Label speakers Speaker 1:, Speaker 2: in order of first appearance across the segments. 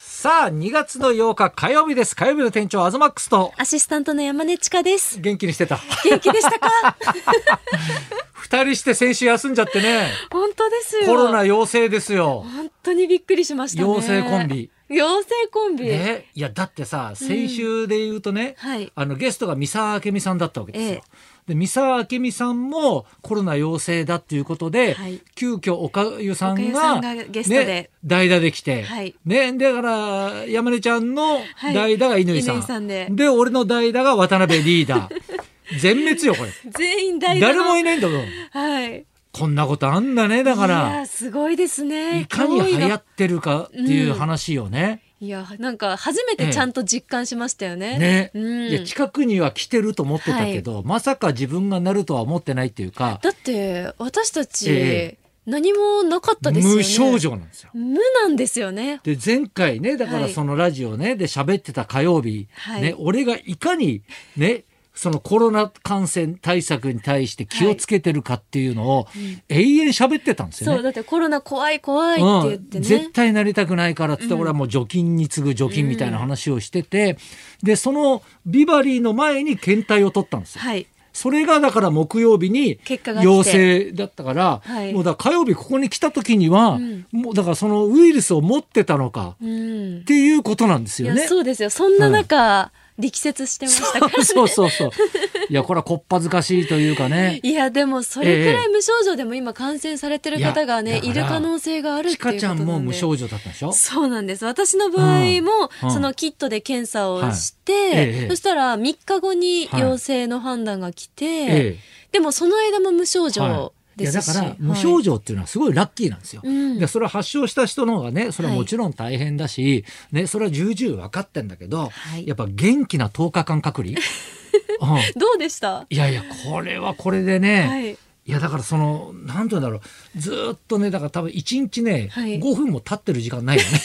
Speaker 1: さあ、2月の8日火曜日です。火曜日の店長、アズマックスと、
Speaker 2: アシスタントの山根千佳です。
Speaker 1: 元気にしてた。
Speaker 2: 元気でしたか
Speaker 1: 二人して先週休んじゃってね、
Speaker 2: 本当ですよ。
Speaker 1: コロナ陽性ですよ。
Speaker 2: 本当にびっくりしましたね。
Speaker 1: 妖精コンビ。
Speaker 2: 妖精コンビ。
Speaker 1: ね、いや、だってさ、先週で言うとね、
Speaker 2: はい
Speaker 1: あの、ゲストが三沢明美さんだったわけですよ。
Speaker 2: ええ
Speaker 1: で、三沢明美さんもコロナ陽性だっていうことで、
Speaker 2: はい
Speaker 1: 急遽おかゆさんが、
Speaker 2: おかゆさんがゲストで
Speaker 1: ね、代打で来て、
Speaker 2: はい
Speaker 1: ね、だから、山根ちゃんの
Speaker 2: はい
Speaker 1: 代打が乾さん。
Speaker 2: 乾さんで
Speaker 1: 俺の代打が渡辺リーダー。 全滅よ、これ。
Speaker 2: 全員大
Speaker 1: 誰もい
Speaker 2: な
Speaker 1: な
Speaker 2: い。
Speaker 1: いんだもん。
Speaker 2: はい。
Speaker 1: こんなことあんだね、だか
Speaker 2: い
Speaker 1: ら。
Speaker 2: や、すごいですね。
Speaker 1: いかに
Speaker 2: 脅威
Speaker 1: 流
Speaker 2: が
Speaker 1: 行ってるかっていう話をね。
Speaker 2: いや、なんか初めてちゃんと実感しましたよね。
Speaker 1: ね、
Speaker 2: うん
Speaker 1: いや近くには来てると思ってたけど、まさか自分がなるとは思ってないっていうか、
Speaker 2: だって、私た
Speaker 1: え
Speaker 2: ち、何もなかったですよね。
Speaker 1: 無症。状なんですよ。
Speaker 2: 無なんですよね。
Speaker 1: で前回ねだか
Speaker 2: は
Speaker 1: ら
Speaker 2: い
Speaker 1: そのラジオね、で喋ってた火曜日、
Speaker 2: はい
Speaker 1: ね、俺がいかにねそのコロナ感染対策に対して気をつけてるかっていうのを、永遠喋ってたんですよ
Speaker 2: そ
Speaker 1: ね
Speaker 2: う、。だってコロナ怖い怖いって言って
Speaker 1: うん、
Speaker 2: ね。
Speaker 1: 絶対なりたくないからっつって、俺はもう除菌に次ぐ除菌みたいな話をしてて、でそのビバリーの前に検体を取ったんですよ。
Speaker 2: はい。
Speaker 1: それがだから木曜日に
Speaker 2: 結果が来て
Speaker 1: 陽性だったから、
Speaker 2: はい
Speaker 1: もうだから火曜日ここに来た時には、
Speaker 2: ん
Speaker 1: もうだからそのウイルスを持ってたのか
Speaker 2: うん
Speaker 1: っ。ていうことなんです
Speaker 2: い
Speaker 1: よ
Speaker 2: や、
Speaker 1: ね。
Speaker 2: そうですよ。そんな中、力説してましたから。
Speaker 1: そうそうそう。いや、これはこっぱずかしいというかね。
Speaker 2: いや、でも、それく
Speaker 1: え
Speaker 2: ら
Speaker 1: え
Speaker 2: い無症状でも今感染されてる方が
Speaker 1: い
Speaker 2: ね、
Speaker 1: や
Speaker 2: い
Speaker 1: だ
Speaker 2: る
Speaker 1: から
Speaker 2: 可能性がある
Speaker 1: ち
Speaker 2: っていうことな
Speaker 1: か
Speaker 2: んで。
Speaker 1: ちゃんも無症状だったんでしょ
Speaker 2: そうなんです。私の場合
Speaker 1: う
Speaker 2: も、
Speaker 1: んうん
Speaker 2: そのキットで検査をして、
Speaker 1: はいええ
Speaker 2: そしたら3日後に陽性の判断が来て、
Speaker 1: ええ
Speaker 2: でもその間も無症
Speaker 1: は
Speaker 2: 状
Speaker 1: い、い
Speaker 2: で
Speaker 1: や
Speaker 2: す
Speaker 1: だ
Speaker 2: し。
Speaker 1: から無症
Speaker 2: 状、
Speaker 1: 状っていうのはすごいラッキーなんですよ。
Speaker 2: うん
Speaker 1: でそれは発症した人の方がねそれは
Speaker 2: はい
Speaker 1: もちろん大変だし、ね、それは重々分かってんだけど、
Speaker 2: はい
Speaker 1: やっぱ元気な10日間隔 離、うん、
Speaker 2: どうでした
Speaker 1: いやいやこれはこれでね、、
Speaker 2: はいい。
Speaker 1: やだからその何て言うんだろうずーっとねだから多分1日ね、
Speaker 2: はい
Speaker 1: 5分も経ってる時間ないよね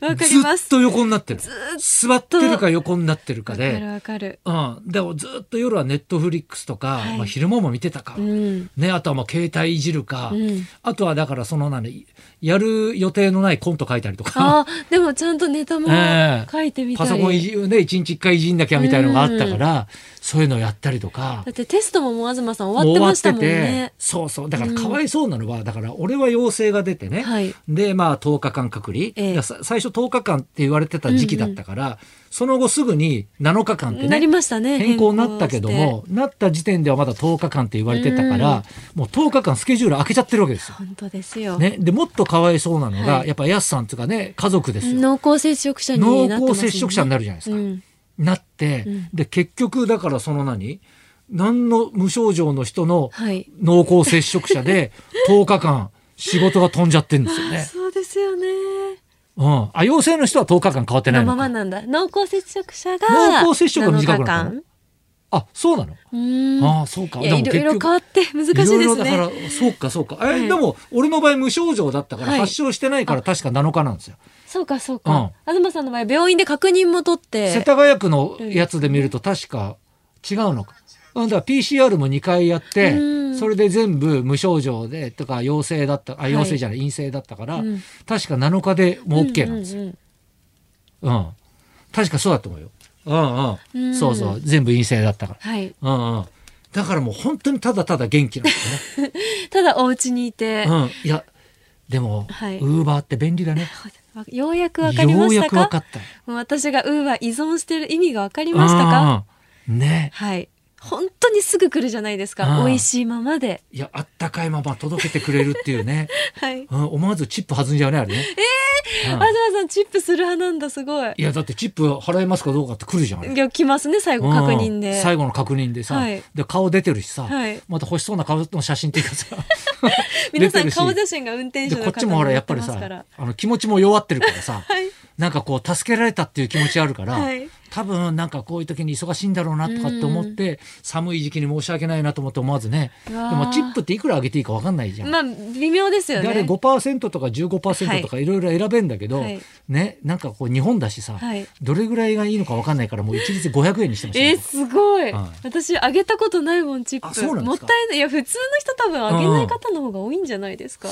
Speaker 2: わかりま
Speaker 1: ずっ
Speaker 2: す。
Speaker 1: と横になってる
Speaker 2: っ
Speaker 1: 座ってるか横になってるか
Speaker 2: わかる
Speaker 1: で、
Speaker 2: わかる。
Speaker 1: うん、でもずーっと夜はネットフリックスとか、
Speaker 2: はい
Speaker 1: まあ、昼間も見てたか、
Speaker 2: うん。
Speaker 1: ね、あとはもう携帯いじるか、
Speaker 2: うん
Speaker 1: あとはだからその何やる予定のないコント書いたりとか。
Speaker 2: ああ、 でもちゃんとネタも
Speaker 1: ええ
Speaker 2: 書いてみ た
Speaker 1: パ
Speaker 2: り。
Speaker 1: ソコンいじね、一日一回いじんなきゃみたいなのがあったから、そういうのをやったりとか
Speaker 2: だ。ってテストももう東さん終わってましたもん
Speaker 1: もう終わっ
Speaker 2: ね
Speaker 1: てて。そうそうだからかわいそうなのは、だから俺は陽性が出てね、
Speaker 2: はい
Speaker 1: でまあ10日間隔離、
Speaker 2: ええ
Speaker 1: いやさ最初10日間って言われてた時期だったから、その後すぐに7日間って
Speaker 2: なり
Speaker 1: ね
Speaker 2: ましたね。
Speaker 1: 変更になったけどもなった時点ではまだ10日間って言われてたから、もう10日間スケジュール開けちゃってるわけですよ
Speaker 2: 変。更して。本当ですよ。
Speaker 1: ね、でもっとかわいそうなのが、
Speaker 2: はい
Speaker 1: やっぱやすさんとかね家族ですよ。
Speaker 2: 濃厚接触者になってますもん
Speaker 1: 濃
Speaker 2: ね
Speaker 1: 厚接触者になるじゃないですか
Speaker 2: うん
Speaker 1: なって、
Speaker 2: ん
Speaker 1: で結局だからその何何の無症状の人の
Speaker 2: はい
Speaker 1: 濃厚接触者 で10日間仕事が飛んじゃってるんですよね。
Speaker 2: そうですよね。
Speaker 1: うん、あ陽性の人は10日間変わってな
Speaker 2: の
Speaker 1: いの
Speaker 2: ま
Speaker 1: か
Speaker 2: まなんだ。濃厚接触者が
Speaker 1: 濃厚接触が短くなったの
Speaker 2: 7日
Speaker 1: あそうなの、
Speaker 2: 間うん。
Speaker 1: ああそうか
Speaker 2: いやいろいろ変わって難しいで
Speaker 1: いろ
Speaker 2: す
Speaker 1: いろだか
Speaker 2: ね。
Speaker 1: らそうかそうか、え
Speaker 2: はい
Speaker 1: でも俺の場合無症状だったから
Speaker 2: はい
Speaker 1: 発症してないから確か7日なんですよ。
Speaker 2: そうかそうか。東さんの場合病院で確認も取って。
Speaker 1: 世田谷区のやつで見ると確か違うのか。うんだから PCR も2回やって
Speaker 2: うん
Speaker 1: それで全部無症状でとか陽性だったあ
Speaker 2: い
Speaker 1: 陽性じゃない、陰性だったから、
Speaker 2: うん
Speaker 1: 確か7日でもう OK なんですよ、
Speaker 2: よ。うん
Speaker 1: うん確かそうだと思うよ、うんうん
Speaker 2: うん
Speaker 1: そうそう全部陰性だったか
Speaker 2: はい。
Speaker 1: ら、うんうん、だからもう本当にただただ元気なんですよね
Speaker 2: ただお家にいて、
Speaker 1: うん、いやでも、
Speaker 2: はい
Speaker 1: ウーバーって便利だね。
Speaker 2: ようやくわかりま
Speaker 1: よう
Speaker 2: し
Speaker 1: や
Speaker 2: た
Speaker 1: く分
Speaker 2: か
Speaker 1: かった。
Speaker 2: もう私がウーバー依存してる意味が分かりましたか
Speaker 1: うんね。
Speaker 2: はい。本当にすぐ来るじゃないですか。
Speaker 1: うん
Speaker 2: 美味しいままで。
Speaker 1: いやあったかいまま届けてくれるっていうね、
Speaker 2: はい。
Speaker 1: うん、思わずチップ弾んじゃうねあれね。え
Speaker 2: わざわざチップする派なんだ、すごい。
Speaker 1: いやだってチップ払えますかどうかって来るじゃんあれ。
Speaker 2: いや、来ますね、最後、確認
Speaker 1: うん
Speaker 2: で。
Speaker 1: 最後の確認でさ、
Speaker 2: はい
Speaker 1: で顔出てるしさ、
Speaker 2: はい
Speaker 1: また欲しそうな顔の写真っていうか さ
Speaker 2: 皆
Speaker 1: 出
Speaker 2: さ
Speaker 1: て
Speaker 2: ん、
Speaker 1: るし
Speaker 2: 顔写真が運転
Speaker 1: で
Speaker 2: 手
Speaker 1: こ
Speaker 2: の
Speaker 1: っち
Speaker 2: 方
Speaker 1: もほらや
Speaker 2: にや
Speaker 1: っ
Speaker 2: っ
Speaker 1: ぱ
Speaker 2: て
Speaker 1: り
Speaker 2: ます
Speaker 1: さ
Speaker 2: から。
Speaker 1: あの気持ちも弱ってるからさ、
Speaker 2: はい。
Speaker 1: なんかこう助けられたっていう気持ちあるから、
Speaker 2: はい
Speaker 1: 多分なんかこういう時に忙しいんだろうなとかって思って、寒い時期に申し訳ないなと思って思わずね
Speaker 2: う
Speaker 1: で
Speaker 2: わー
Speaker 1: もチップっていくら上げていいか分かんないじゃん。
Speaker 2: まあ微妙ですよ
Speaker 1: であれ
Speaker 2: ね。
Speaker 1: 5%とか15%とかいろいろ選べんだけど、
Speaker 2: はい
Speaker 1: ねなんかこう日本だしさ、
Speaker 2: はい
Speaker 1: どれぐらいがいいのか分かんないからもう一律500円にしてましたよ、
Speaker 2: えー、すご
Speaker 1: は
Speaker 2: い、
Speaker 1: い
Speaker 2: 私あげたことないもんチッ
Speaker 1: あ
Speaker 2: プ
Speaker 1: そうなんで
Speaker 2: もっ
Speaker 1: す
Speaker 2: た
Speaker 1: か
Speaker 2: いないいや普通の人多分あげない方の方が多いんじゃないですか、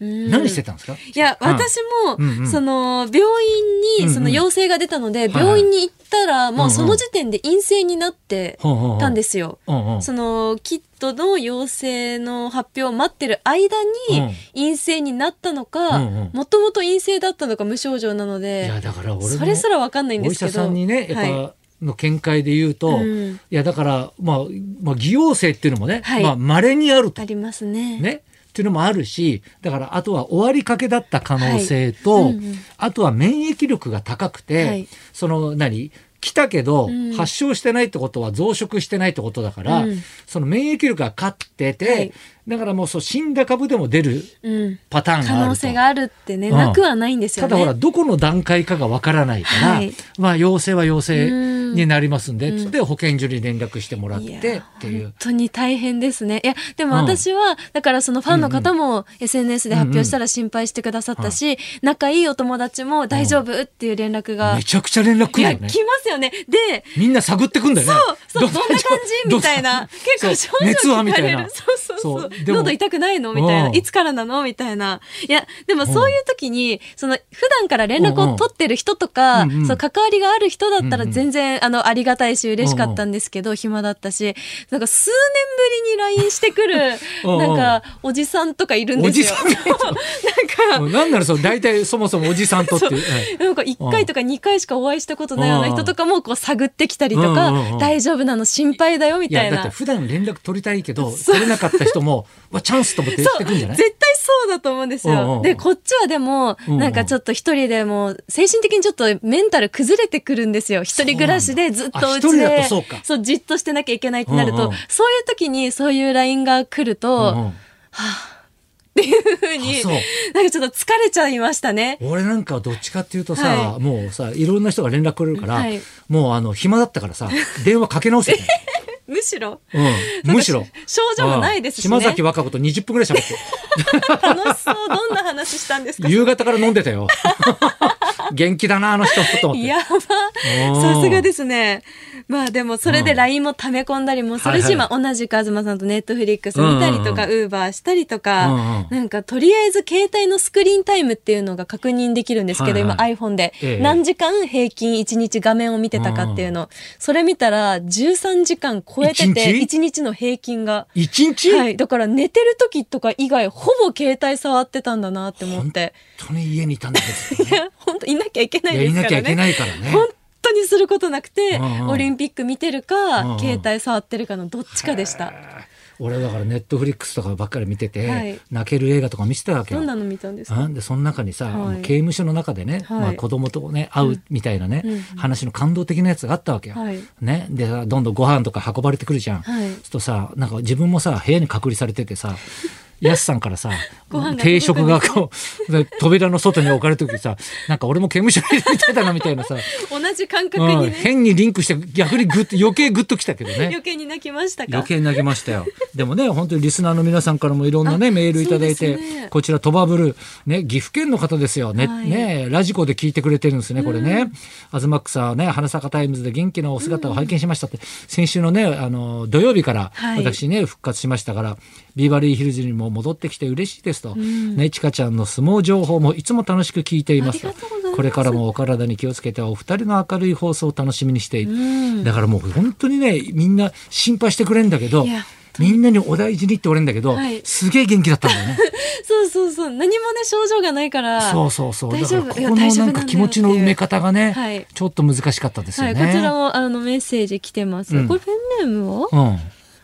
Speaker 2: うん
Speaker 1: 何してたんですか
Speaker 2: いや、
Speaker 1: うん
Speaker 2: 私も、
Speaker 1: うんうん
Speaker 2: その、病院
Speaker 1: うんう
Speaker 2: に、
Speaker 1: ん
Speaker 2: その陽性が出たので、
Speaker 1: いはい
Speaker 2: 病院に行ったら、も
Speaker 1: う
Speaker 2: ううん
Speaker 1: ん
Speaker 2: その時点で陰性になって
Speaker 1: ほうほうほう
Speaker 2: たんですよ。
Speaker 1: うんうん
Speaker 2: その、キットの陽性の発表を待ってる間
Speaker 1: うん
Speaker 2: に、陰性になったのか、
Speaker 1: うんうん
Speaker 2: もともと陰性だったのか無症状なの
Speaker 1: いや
Speaker 2: で、
Speaker 1: だから俺も
Speaker 2: それすらわかんないん
Speaker 1: お
Speaker 2: で
Speaker 1: 医
Speaker 2: すけ
Speaker 1: 者
Speaker 2: ど。
Speaker 1: さんにねやっぱ、
Speaker 2: はい
Speaker 1: の見解で言うと、
Speaker 2: うん
Speaker 1: いやだから、まあ、まあ偽陽性っていうのもね、
Speaker 2: はい
Speaker 1: まあ稀にあると
Speaker 2: ありますね。
Speaker 1: ねっていうのもあるしだからあとは終わりかけだった可能性と、
Speaker 2: はいうんうん
Speaker 1: あとは免疫力が高くて、
Speaker 2: はい
Speaker 1: その何来たけど
Speaker 2: うん
Speaker 1: 発症してないってことは増殖してないってことだから、
Speaker 2: うん
Speaker 1: その免疫力が勝ってて、
Speaker 2: はい
Speaker 1: だからもうそう死んだ株でも出る
Speaker 2: うん。
Speaker 1: パターンがあると
Speaker 2: 可能性があるってね、
Speaker 1: うん
Speaker 2: なくはないんですよ
Speaker 1: ただ
Speaker 2: ね。
Speaker 1: ほらどこの段階かがわからないから、
Speaker 2: はい
Speaker 1: まあ陽性は陽性
Speaker 2: うん
Speaker 1: になりますんで、
Speaker 2: うん
Speaker 1: つって保健所に連絡してもらっ
Speaker 2: いや
Speaker 1: てっていう
Speaker 2: 本。当に大変ですね。いや、でも
Speaker 1: うん
Speaker 2: 私は、だからそのファンの方も SNS で発表したら心配してくださったし、仲いいお友達も大丈夫っていう連絡が。
Speaker 1: めちゃくちゃ連絡
Speaker 2: い
Speaker 1: 来
Speaker 2: や、
Speaker 1: るよ
Speaker 2: 来ま
Speaker 1: ね。
Speaker 2: すよね。で、
Speaker 1: みんな探ってくんだよね。
Speaker 2: そう、そう、どんな感じ
Speaker 1: ど
Speaker 2: みたいな。結構症
Speaker 1: そう熱
Speaker 2: 状
Speaker 1: は
Speaker 2: 聞
Speaker 1: み
Speaker 2: か
Speaker 1: たい
Speaker 2: れる
Speaker 1: な。
Speaker 2: そうそうそう。
Speaker 1: そうでも
Speaker 2: 喉痛くないのみたいな。
Speaker 1: うん
Speaker 2: いつからなのみたいな。いや、でもそういう時に、その、普段から連絡を取ってる人とか、
Speaker 1: うんうん
Speaker 2: そう、関わりがある人だったら
Speaker 1: うんうん
Speaker 2: 全然、あの、ありがたいし、嬉しかったんですけど、暇だったし、なんか数年ぶりに LINE してくる、
Speaker 1: うん
Speaker 2: なんか、おじさんとかいるんですよ。
Speaker 1: おじさん
Speaker 2: なんか、
Speaker 1: うんなんならそう、大体そもそもおじさんとっていう。はい
Speaker 2: なんか1回とか2回しかお会いしたことないような人とかもこう探ってきたりと
Speaker 1: うんうんう
Speaker 2: か、
Speaker 1: ん
Speaker 2: 大丈夫なの心配だよみ
Speaker 1: い
Speaker 2: たい
Speaker 1: や、だっ
Speaker 2: な
Speaker 1: て。普段連絡取りたいけど、取れなかった人も、まあチャンスと思ってしてくんじゃない
Speaker 2: 絶対そうだと思うんですよ。
Speaker 1: うんうん
Speaker 2: で、こっちはでも、
Speaker 1: うんうん
Speaker 2: なんかちょっと一人でも、精神的にちょっとメンタル崩れてくるんですよ。一人暮らしでずっと
Speaker 1: あ
Speaker 2: うち
Speaker 1: 一人だ
Speaker 2: で、
Speaker 1: とそうか
Speaker 2: じっとしてなきゃいけないってなると、
Speaker 1: うんうん
Speaker 2: そういう時にそういう LINE が来ると、
Speaker 1: うんうん
Speaker 2: ふうに
Speaker 1: あそう、
Speaker 2: なんかちょっと疲れちゃいましたね。
Speaker 1: 俺なんかはどっちかっていうとさ、
Speaker 2: は
Speaker 1: もうさ、いろんな人が連絡くれるから、
Speaker 2: はい
Speaker 1: もうあの、暇だったからさ、電話かけ直せて。
Speaker 2: むしろ。
Speaker 1: うん、むしろ
Speaker 2: なん。か症状もないですしね。
Speaker 1: 島崎和歌子と20分ぐらい喋って。
Speaker 2: 楽しそう。どんな話したん ですか
Speaker 1: 夕方から飲んでたよ。 元気だな、あの人、と思って。
Speaker 2: やば。さすがですね。まあでも、それで LINE も溜め込んだりもする
Speaker 1: は
Speaker 2: し、
Speaker 1: いはい
Speaker 2: まあ同じく東さんとネットフリックス見たりとか、
Speaker 1: う
Speaker 2: ウーバーしたりとか、
Speaker 1: うんうん
Speaker 2: なんかとりあえず携帯のスクリーンタイムっていうのが確認できるんですけ
Speaker 1: は
Speaker 2: ど、
Speaker 1: いはい
Speaker 2: 今 iPhone で、
Speaker 1: ええ
Speaker 2: 何時間平均1日画面を見てたかっていうの。それ見たら、13時間超えてて、
Speaker 1: 一日
Speaker 2: 1日の平均が。
Speaker 1: 一日、
Speaker 2: はい。だから寝てる時とか以外、ほぼ携帯触ってたんだなって思って。
Speaker 1: 本当に家にいたんだけど、
Speaker 2: いや、本当いなきゃいけ ない
Speaker 1: や
Speaker 2: で
Speaker 1: り
Speaker 2: す
Speaker 1: な
Speaker 2: からね。
Speaker 1: きゃいけないからね。
Speaker 2: 本当にすることなくて、
Speaker 1: うんうん
Speaker 2: オリンピック見てるか、
Speaker 1: うんうん
Speaker 2: 携帯触ってるかのどっちかでした。
Speaker 1: 俺はだからネットフリックスとかばっかり見てて、
Speaker 2: はい
Speaker 1: 泣ける映画とか見せたわけ
Speaker 2: ど
Speaker 1: よ
Speaker 2: ん。なの見たんですか。
Speaker 1: うんでその中にさ、
Speaker 2: はい
Speaker 1: あの刑務所の中でね、
Speaker 2: はい
Speaker 1: まあ、子供とね会うみたいなね、
Speaker 2: うんうん
Speaker 1: 話の感動的なやつがあったわけよ。
Speaker 2: はい
Speaker 1: ね、でさどんどんご飯とか運ばれてくるじゃん。
Speaker 2: は
Speaker 1: そう
Speaker 2: い
Speaker 1: するとさなんか自分もさ部屋に隔離されてて さやすさんからさ
Speaker 2: ご飯が
Speaker 1: 定食がこうで扉の外に置かれた時さなんか俺も刑務所に入れてたなみたいなさ、
Speaker 2: 同じ感覚
Speaker 1: う
Speaker 2: に
Speaker 1: ん、
Speaker 2: ね、
Speaker 1: 変にリンクして逆にグッと余計グッときたけどね。
Speaker 2: 余計に泣きましたか。
Speaker 1: 余計になりましたよ。でもね、本当にリスナーの皆さんからもいろんなね、メールいただい
Speaker 2: そう
Speaker 1: て、
Speaker 2: ですね
Speaker 1: こちらトバブル、ね、岐阜県の方ですよ。ね、
Speaker 2: はい
Speaker 1: ね、ラジコで聞いてくれてるんですね、これね。アズマックさんはね、花坂タイムズで元気なお姿を拝見しましたって、先週のね、あの、土曜日から
Speaker 2: はい
Speaker 1: 私ね、復活しましたから、ビーバリーヒルズにも戻ってきて嬉しいですと、ね、ちかちゃんの相撲情報もいつも楽しく聞いていますと
Speaker 2: ありがとうございます
Speaker 1: これからもお体に気をつけてお二人の明るい放送を楽しみにしている。
Speaker 2: うん
Speaker 1: だからもう本当にねみんな心配してくれんだけど
Speaker 2: いや
Speaker 1: みんなにお大事にって言われんだけど、
Speaker 2: はい
Speaker 1: すげえ元気だったん だよね
Speaker 2: そうそうそう、何もね、症状がないから。
Speaker 1: そうそうそう
Speaker 2: 大
Speaker 1: だか
Speaker 2: 丈
Speaker 1: ら
Speaker 2: 夫
Speaker 1: ここ
Speaker 2: いや
Speaker 1: の
Speaker 2: 大丈夫
Speaker 1: なんん
Speaker 2: だよ
Speaker 1: か気持ちの埋め方がね、
Speaker 2: はい
Speaker 1: ちょっと難しかったです
Speaker 2: は
Speaker 1: よ
Speaker 2: い、
Speaker 1: ね、
Speaker 2: こちらも、あの、メッセージ来てます。
Speaker 1: うん
Speaker 2: これペンネームは。
Speaker 1: うん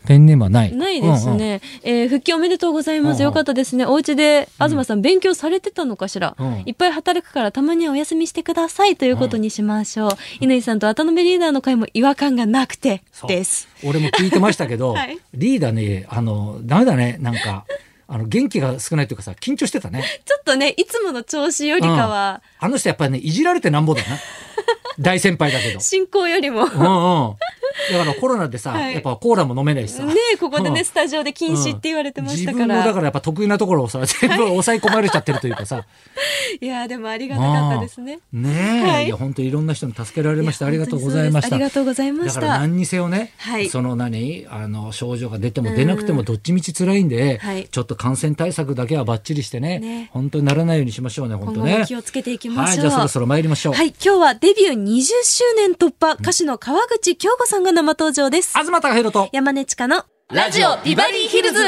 Speaker 1: ペンネームはない
Speaker 2: ないです
Speaker 1: うんうん
Speaker 2: ね、えー復帰おめでとうございま
Speaker 1: うん
Speaker 2: す。
Speaker 1: うん
Speaker 2: よかったですね。お家で、東さん、勉強されてたのかしら、
Speaker 1: うん
Speaker 2: いっぱい働くから、たまにはお休みしてくださいということにしましょう。乾さんと渡辺リーダーの会も違和感がなくて
Speaker 1: そう
Speaker 2: です。
Speaker 1: 俺も聞いてましたけど、
Speaker 2: はい
Speaker 1: リーダーねあのダメだねなんかあの元気が少ないというかさ緊張してたね
Speaker 2: ちょっとね、いつもの調子よりかは、
Speaker 1: あの人やっぱりねいじられてなんぼだよな大先輩だけど。
Speaker 2: 進行よりも。
Speaker 1: うんうん。だからコロナでさ、
Speaker 2: はい
Speaker 1: やっぱコーラも飲めないしさ。
Speaker 2: ねえここで
Speaker 1: う
Speaker 2: ね、
Speaker 1: ん
Speaker 2: スタジオで禁止って言われてまし
Speaker 1: 自
Speaker 2: たか
Speaker 1: 分のだ
Speaker 2: ら。
Speaker 1: からやっぱ得意なところをさ、全部抑え込まれちゃってるというかさ。
Speaker 2: いやー、でもありがたかったですね。
Speaker 1: うんねえ、
Speaker 2: はい
Speaker 1: いや本当にいろんな人に助けられました。ありがとうご
Speaker 2: い
Speaker 1: ざい
Speaker 2: や
Speaker 1: ま
Speaker 2: 本当
Speaker 1: し
Speaker 2: にそうですあ
Speaker 1: た。
Speaker 2: りがとうございま
Speaker 1: だ
Speaker 2: し
Speaker 1: から
Speaker 2: た。
Speaker 1: 何にせよね、
Speaker 2: はい
Speaker 1: その何あの症状が出ても
Speaker 2: うん
Speaker 1: 出なくてもどっちみち辛いんで、
Speaker 2: はい
Speaker 1: ちょっと感染対策だけはバッチリしてね
Speaker 2: ね
Speaker 1: 本当にならないようにしましょうね
Speaker 2: 今
Speaker 1: 本当
Speaker 2: 後
Speaker 1: ね
Speaker 2: も気をつけていきま
Speaker 1: はい
Speaker 2: し
Speaker 1: じゃ
Speaker 2: ょう。
Speaker 1: あそろそろ参りましょう、
Speaker 2: はい、今日はデビュー20周年突破、歌手の川口京子さんが生登場です。
Speaker 1: 東隆弘と
Speaker 2: 山根千佳のラジオビバリーヒルズ